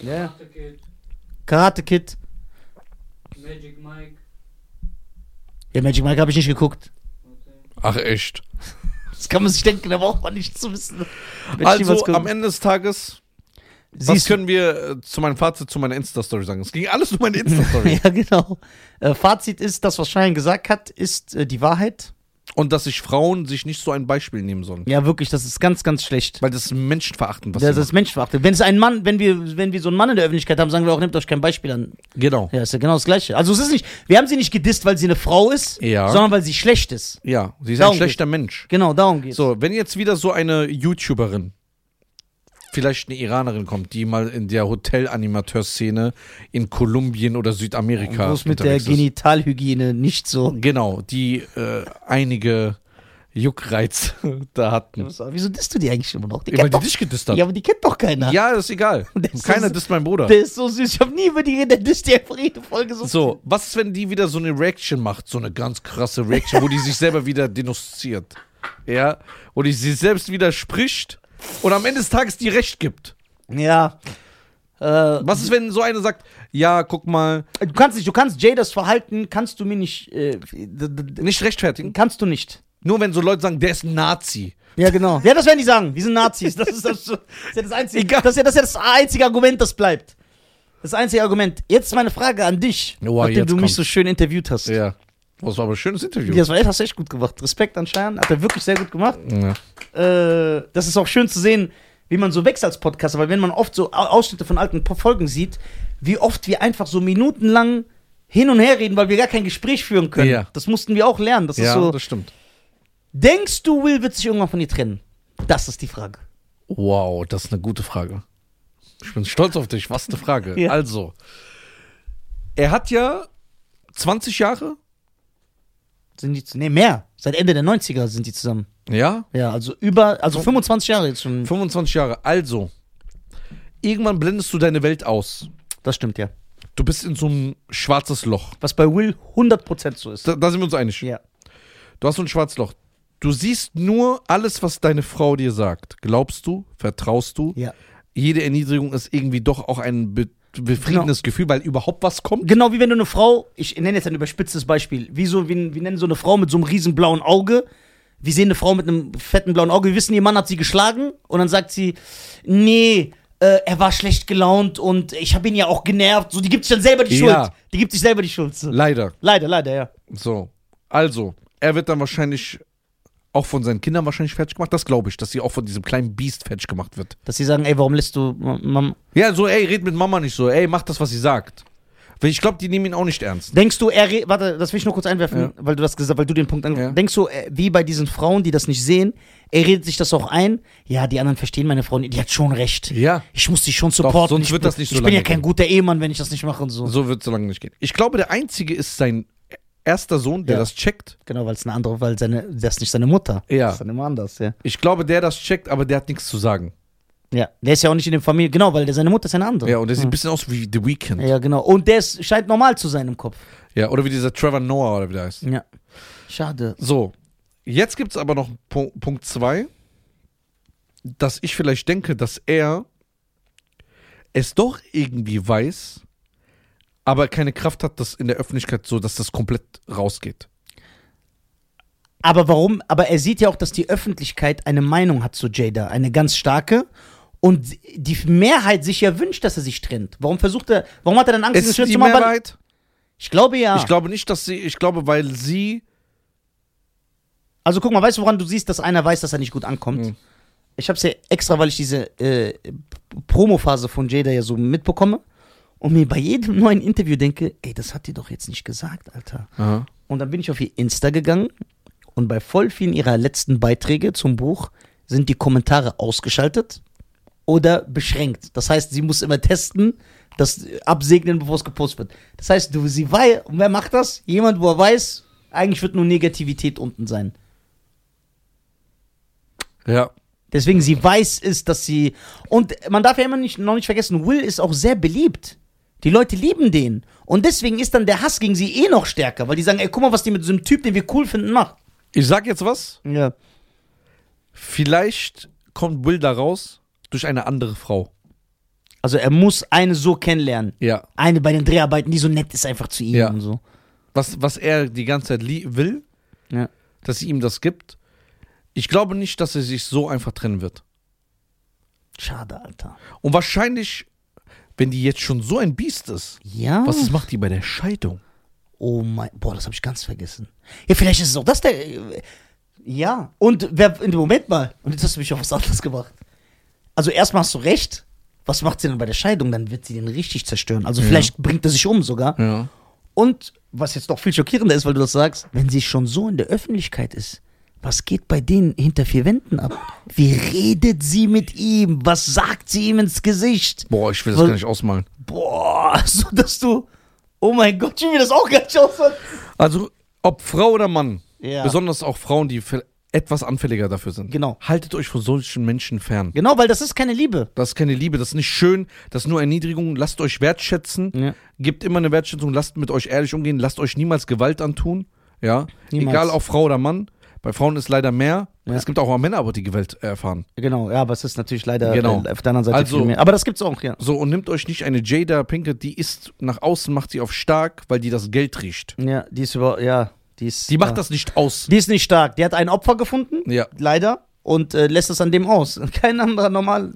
Ja.
Karate Kid,
Karate Kid.
Magic Mike.
Ja, Magic Mike habe ich nicht geguckt.
Okay.
Ach, echt.
Das kann man sich denken, da braucht man nicht zu wissen. Wenn ich was
Also,
gucke.
am Ende des Tages, was
Siehst du-
können wir äh, zu meinem Fazit, zu meiner Insta-Story sagen? Es ging alles um meine Insta-Story.
Ja, genau. Äh, Fazit ist, das, was Schein gesagt hat, ist äh, die Wahrheit.
Und dass sich Frauen sich nicht so ein Beispiel nehmen sollen.
Ja, wirklich, das ist ganz, ganz schlecht.
Weil das ist menschenverachtend, was
Das
sie
ist menschenverachtet. Wenn es einen Mann, wenn wir, wenn wir so einen Mann in der Öffentlichkeit haben, sagen wir auch, nehmt euch kein Beispiel an.
machen. Genau.
Ja, ist ja genau das Gleiche. Also es ist nicht, wir haben sie nicht gedisst, weil sie eine Frau ist,
Ja.
sondern weil sie schlecht ist.
Ja, sie ist
Darum
ein schlechter Mensch.
Genau, darum geht's.
So, wenn jetzt wieder so eine YouTuberin, vielleicht eine Iranerin kommt, die mal in der Hotelanimateurszene in Kolumbien oder Südamerika
Bloß mit der
unterwegs ist.
Genitalhygiene nicht so.
Genau, die äh, einige Juckreiz da hatten.
Wieso disst du die eigentlich immer noch? Die
Ja, weil
kennt
die
doch,
dich gedisst
ja,
hat.
aber die kennt doch keiner.
Ja, ist egal.
Das ist-
Keiner disst meinen Bruder.
Der ist so süß. Ich habe nie über die geredet. Das ist die jede Folge so.
So, was ist, wenn die wieder so eine Reaction macht? So eine ganz krasse Reaction, wo die sich selber wieder denunziert. Ja? Wo die sich selbst widerspricht und am Ende des Tages die Recht gibt.
Ja. Äh,
Was ist, wenn so eine sagt, ja, guck mal,
du kannst nicht, du kannst Jadas Verhalten, kannst du mir nicht, äh, d- d-
nicht rechtfertigen.
kannst du nicht.
Nur wenn so Leute sagen, der ist ein Nazi.
Ja, genau. Ja, das werden die sagen. Wir sind Nazis. Das ist das, das, ist ja das, einzige,
Egal.
das, ist ja, das ist ja das einzige Argument, das bleibt. Das einzige Argument. Jetzt meine Frage an dich,
Oha,
nachdem
Oh, jetzt
du mich
kommt's.
so schön interviewt hast.
Ja. Oh, das war aber ein schönes Interview.
Ja, Das war, hast du echt gut gemacht. Respekt an Schein. Hat er wirklich sehr gut gemacht.
Ja.
äh, das ist auch schön zu sehen, wie man so wächst als Podcaster, weil wenn man oft so Au- Ausschnitte von alten Po- Folgen sieht, wie oft wir einfach so minutenlang hin und her reden, weil wir gar kein Gespräch führen können.
Ja.
Das mussten wir auch lernen. Das
ja,
ist so.
das stimmt.
Denkst du, Will wird sich irgendwann von dir trennen? Das ist die Frage.
Wow, das ist eine gute Frage. Ich bin stolz auf dich. Was eine Frage.
Ja.
Also, er hat ja 20 Jahre.
Sind die zu, nee, mehr. Seit Ende der 90er sind die zusammen.
Ja,
Ja, also über, also 25 Jahre jetzt schon.
25 Jahre. Also, irgendwann blendest du deine Welt aus.
Das stimmt ja.
Du bist in so einem schwarzes Loch.
Was bei Will 100% so ist.
Da, da sind wir uns einig.
Ja.
Du hast so ein schwarzes Loch. Du siehst nur alles, was deine Frau dir sagt. Glaubst du? Vertraust du?
Ja.
Jede Erniedrigung ist irgendwie doch auch ein be befriedigendes Gefühl, weil überhaupt was kommt.
Genau wie wenn du eine Frau, ich nenne jetzt ein überspitztes Beispiel, wie so, wir, wir nennen so eine Frau mit so einem riesen blauen Auge. Wir sehen eine Frau mit einem fetten blauen Auge, wir wissen, ihr Mann hat sie geschlagen und dann sagt sie, nee, äh, er war schlecht gelaunt und ich habe ihn ja auch genervt. So, die gibt sich dann selber die Schuld.
Ja.
Die gibt sich selber die Schuld. So.
Leider.
Leider, leider, ja.
So. Also, er wird dann wahrscheinlich auch von seinen Kindern wahrscheinlich fertig gemacht. Das glaube ich, dass sie auch von diesem kleinen Biest fertig gemacht wird.
Dass sie sagen, ey, warum lässt du Mama?
Ja, so, ey, red mit Mama nicht so. Ey, mach das, was sie sagt. Weil ich glaube, die nehmen ihn auch nicht ernst.
Denkst du, er, re- warte, das will ich nur kurz einwerfen,
Ja.
weil du das gesagt, weil du den Punkt angefangen
Ja.
Denkst du, äh, wie bei diesen Frauen, die das nicht sehen, er redet sich das auch ein? Ja, die anderen verstehen meine Frau nicht. Die hat schon recht.
Ja.
Ich muss die schon supporten.
sonst
ich,
wird
bin-
das nicht so
Ich bin
lange
ja kein
gehen.
guter Ehemann, wenn ich das nicht mache und so.
So wird es so lange nicht gehen. Ich glaube, der Einzige ist sein erster Sohn, der
Ja.
das checkt.
Genau, weil es eine andere, weil seine, das ist nicht seine Mutter.
Ja.
Das ist dann immer anders, ja.
Ich glaube, der das checkt, aber der hat nichts zu sagen.
Ja, der ist ja auch nicht in der Familie, genau, weil der, seine Mutter ist eine andere.
Ja, und der sieht ein bisschen aus wie The Weeknd. Ja.
Ja, genau. Und der ist, scheint normal zu sein im Kopf.
oder wie dieser Trevor Noah oder wie der heißt.
Ja. Schade.
So, jetzt gibt es aber noch Pu- Punkt 2, dass ich vielleicht denke, dass er es doch irgendwie weiß, aber keine Kraft hat, das in der Öffentlichkeit so, dass das komplett rausgeht.
Aber warum? Aber er sieht ja auch, dass die Öffentlichkeit eine Meinung hat zu Jada, eine ganz starke. Und die Mehrheit sich ja wünscht, dass er sich trennt. Warum versucht er, warum hat er dann Angst,
Es
sich
ist
trennt
die
zu machen? Weil, Ah.
Mehrheit.
ich glaube ja.
Ich glaube nicht, dass sie, ich glaube, weil sie
also guck mal, weißt du, woran du siehst, dass einer weiß, dass er nicht gut ankommt?
Mhm.
Ich hab's ja extra, weil ich diese äh, Promophase von Jada ja so mitbekomme. Und mir bei jedem neuen Interview denke, ey, das hat die doch jetzt nicht gesagt, Alter. Und dann bin ich auf ihr Insta gegangen und bei voll vielen ihrer letzten Beiträge zum Buch sind die Kommentare ausgeschaltet oder beschränkt. Das heißt, sie muss immer testen, das absegnen, bevor es gepostet wird. Das heißt, du, sie weiß, und wer macht das? Jemand, wo er weiß, eigentlich wird nur Negativität unten sein.
ja,
Deswegen, sie weiß es, dass sie. Und man darf ja immer nicht, noch nicht vergessen, Will ist auch sehr beliebt. Die Leute lieben den. Und deswegen ist dann der Hass gegen sie eh noch stärker, weil die sagen, ey, guck mal, was die mit so einem Typ, den wir cool finden, macht.
Ich sag jetzt was.
Ja.
Vielleicht kommt Will da raus durch eine andere Frau.
Also er muss eine so kennenlernen.
Ja.
Eine bei den Dreharbeiten, die so nett ist einfach zu ihm
Ja.
und so.
Was, was er die ganze Zeit lie- will,
Ja.
dass sie ihm das gibt. Ich glaube nicht, dass er sich so einfach trennen wird.
Schade, Alter.
Und wahrscheinlich, wenn die jetzt schon so ein Biest ist,
Ja.
was das macht die bei der Scheidung?
Oh mein, boah, das habe ich ganz vergessen. Ja, vielleicht ist es auch das der. Ja. Und wer, in dem Moment mal, und jetzt hast du mich auf was anderes gemacht. Also erstmal hast du recht. Was macht sie denn bei der Scheidung? Dann wird sie den richtig zerstören. Also vielleicht bringt er sich um sogar.
Ja.
Und was jetzt noch viel schockierender ist, weil du das sagst, wenn sie schon so in der Öffentlichkeit ist, was geht bei denen hinter vier Wänden ab? Wie redet sie mit ihm? Was sagt sie ihm ins Gesicht?
Boah, ich will das
Weil-
gar nicht ausmalen.
Boah, so dass du. Oh mein Gott, ich will das auch gar nicht aussehen.
Also, ob Frau oder Mann,
Ja.
besonders auch Frauen, die viel- etwas anfälliger dafür sind,
Genau.
haltet euch von solchen Menschen fern.
Genau, weil das ist keine Liebe.
Das ist keine Liebe, das ist nicht schön, das ist nur Erniedrigung. Lasst euch wertschätzen.
Ja.
Gebt immer eine Wertschätzung, lasst mit euch ehrlich umgehen, lasst euch niemals Gewalt antun. Ja.
Niemals.
Egal ob Frau oder Mann. Bei Frauen ist leider mehr.
Ja.
Es gibt auch Männer, aber die Gewalt erfahren.
Genau, ja, aber es ist natürlich leider
Genau.
äh, auf der anderen Seite
Also-
viel mehr. Aber das gibt's auch, ja.
So, und nehmt euch nicht eine Jada Pinkett, die ist nach außen, macht sie auf stark, weil die das Geld riecht.
Ja, die ist über, ja, die ist.
Die macht
ja.
das nicht aus.
Die ist nicht stark. Die hat ein Opfer gefunden.
Ja.
leider, und äh, lässt es an dem aus. Kein anderer normal.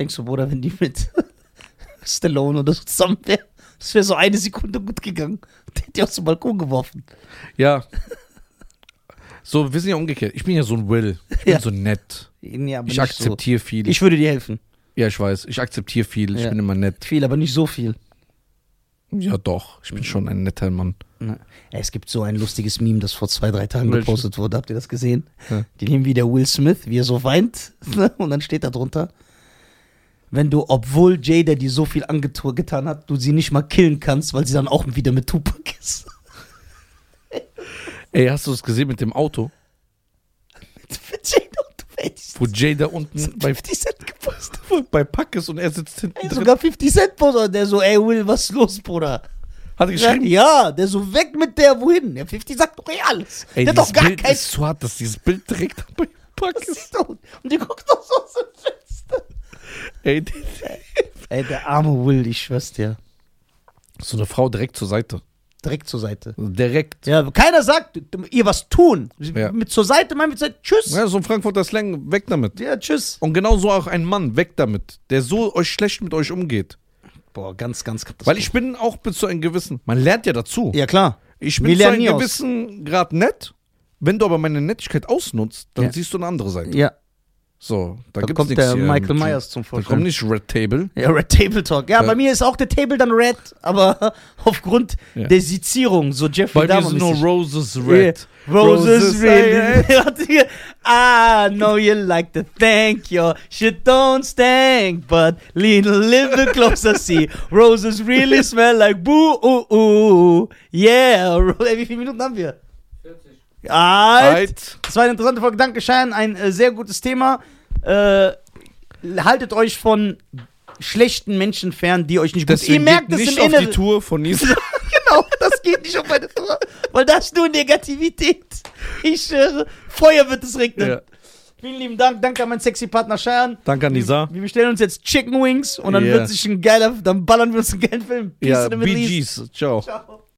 Denkst du, Bruder, wenn die mit Stallone oder so zusammen wäre, das wäre so eine Sekunde gut gegangen. Die hätte die aus dem Balkon geworfen.
Ja. So, wir sind ja umgekehrt. Ich bin ja so ein Will. Ich bin
Ja.
so nett.
Nee, aber
Ich
nicht
akzeptiere viel.
So. Ich würde dir helfen.
ja, ich weiß. Ich akzeptiere viel. Ich
Ja.
bin immer nett.
Viel, aber nicht so viel.
Ja, doch. Ich
Mhm.
bin schon ein netter Mann.
Ne. Ey, Es gibt so ein lustiges Meme, das vor zwei, drei Tagen
Welches?
gepostet wurde. Habt ihr das gesehen?
Ja.
Die nehmen wieder Will Smith, wie er so weint. ne? Und dann steht da drunter, wenn du, obwohl Jada dir so viel angetan hat, du sie nicht mal killen kannst, weil sie dann auch wieder mit Tupac ist.
Ey, hast du es gesehen mit dem Auto?
Mit Jada und du weißt,
Wo Jada unten bei,
50 Cent gepostet.
bei Pack ist und er sitzt hinten
Ey,
drin.
sogar 50 Cent postet. Der so, ey Will, was ist los, Bruder?
Hat er geschrieben?
Ja, der so, weg mit der, wohin? Der 50 sagt doch eh alles.
Ey,
der hat doch
dieses
gar
Bild
kein
ist so hart, dass dieses Bild direkt bei Pack
Das
ist.
sieht doch- Und die guckt doch so aus dem Fenster.
Ey, die-
Ey, der arme Will, ich schwör's dir.
so eine Frau direkt zur Seite.
Direkt zur Seite.
Direkt.
Ja, keiner sagt, ihr was tun.
Ja.
Mit zur Seite, meinen wir zur Seite, tschüss. Ja,
Ja, so ein Frankfurter Slang, weg damit.
tschüss.
Und genauso auch ein Mann, weg damit, der so euch schlecht mit euch umgeht.
Boah, ganz, ganz
Weil ich bin auch bis zu einem gewissen, man lernt ja dazu.
Ja, klar.
Ich bin
Wir
zu
lernen
einem
nie aus.
gewissen Grad nett. Wenn du aber meine Nettigkeit ausnutzt, dann
Ja.
siehst du eine andere Seite.
Ja.
So, da,
Da
gibt's
kommt
nichts
der
hier
Michael
mit-
Myers zum
Da kommt
Vorschein.
nicht Red Table.
Ja, Red Table Talk. Ja,
Ja.
bei mir ist auch der Table dann red, aber aufgrund
Ja.
der Sezierung, so Jeffrey
Bei mir
Dahmer.
sind nur
mäßig.
Roses Red.
Yeah. Roses,
Roses
red. I know you like to thank your shit don't stink, but lean a little closer, see. Roses really smell like boo, ooh, ooh. Yeah. Ey, Wie viele Minuten haben wir?
40.
Alt.
Right.
Das war eine interessante Folge. Danke, Schein. Ein äh, sehr gutes Thema. Äh, haltet euch von schlechten Menschen fern, die euch nicht gut...
Deswegen
Ihr merkt
geht
es
nicht
im
auf die
Inneren.
Tour von Nisa.
genau, das geht nicht auf meine Tour, weil das ist nur Negativität. Ich schwöre, Feuer wird es regnen.
ja.
Vielen lieben Dank, danke an meinen sexy Partner Schein.
Danke an Nisa.
Wir bestellen uns jetzt Chicken Wings und dann
Yeah.
wird sich ein geiler, dann ballern wir uns einen geilen Film.
Ja,
in the Middle East.
BGs. Ciao.
Ciao.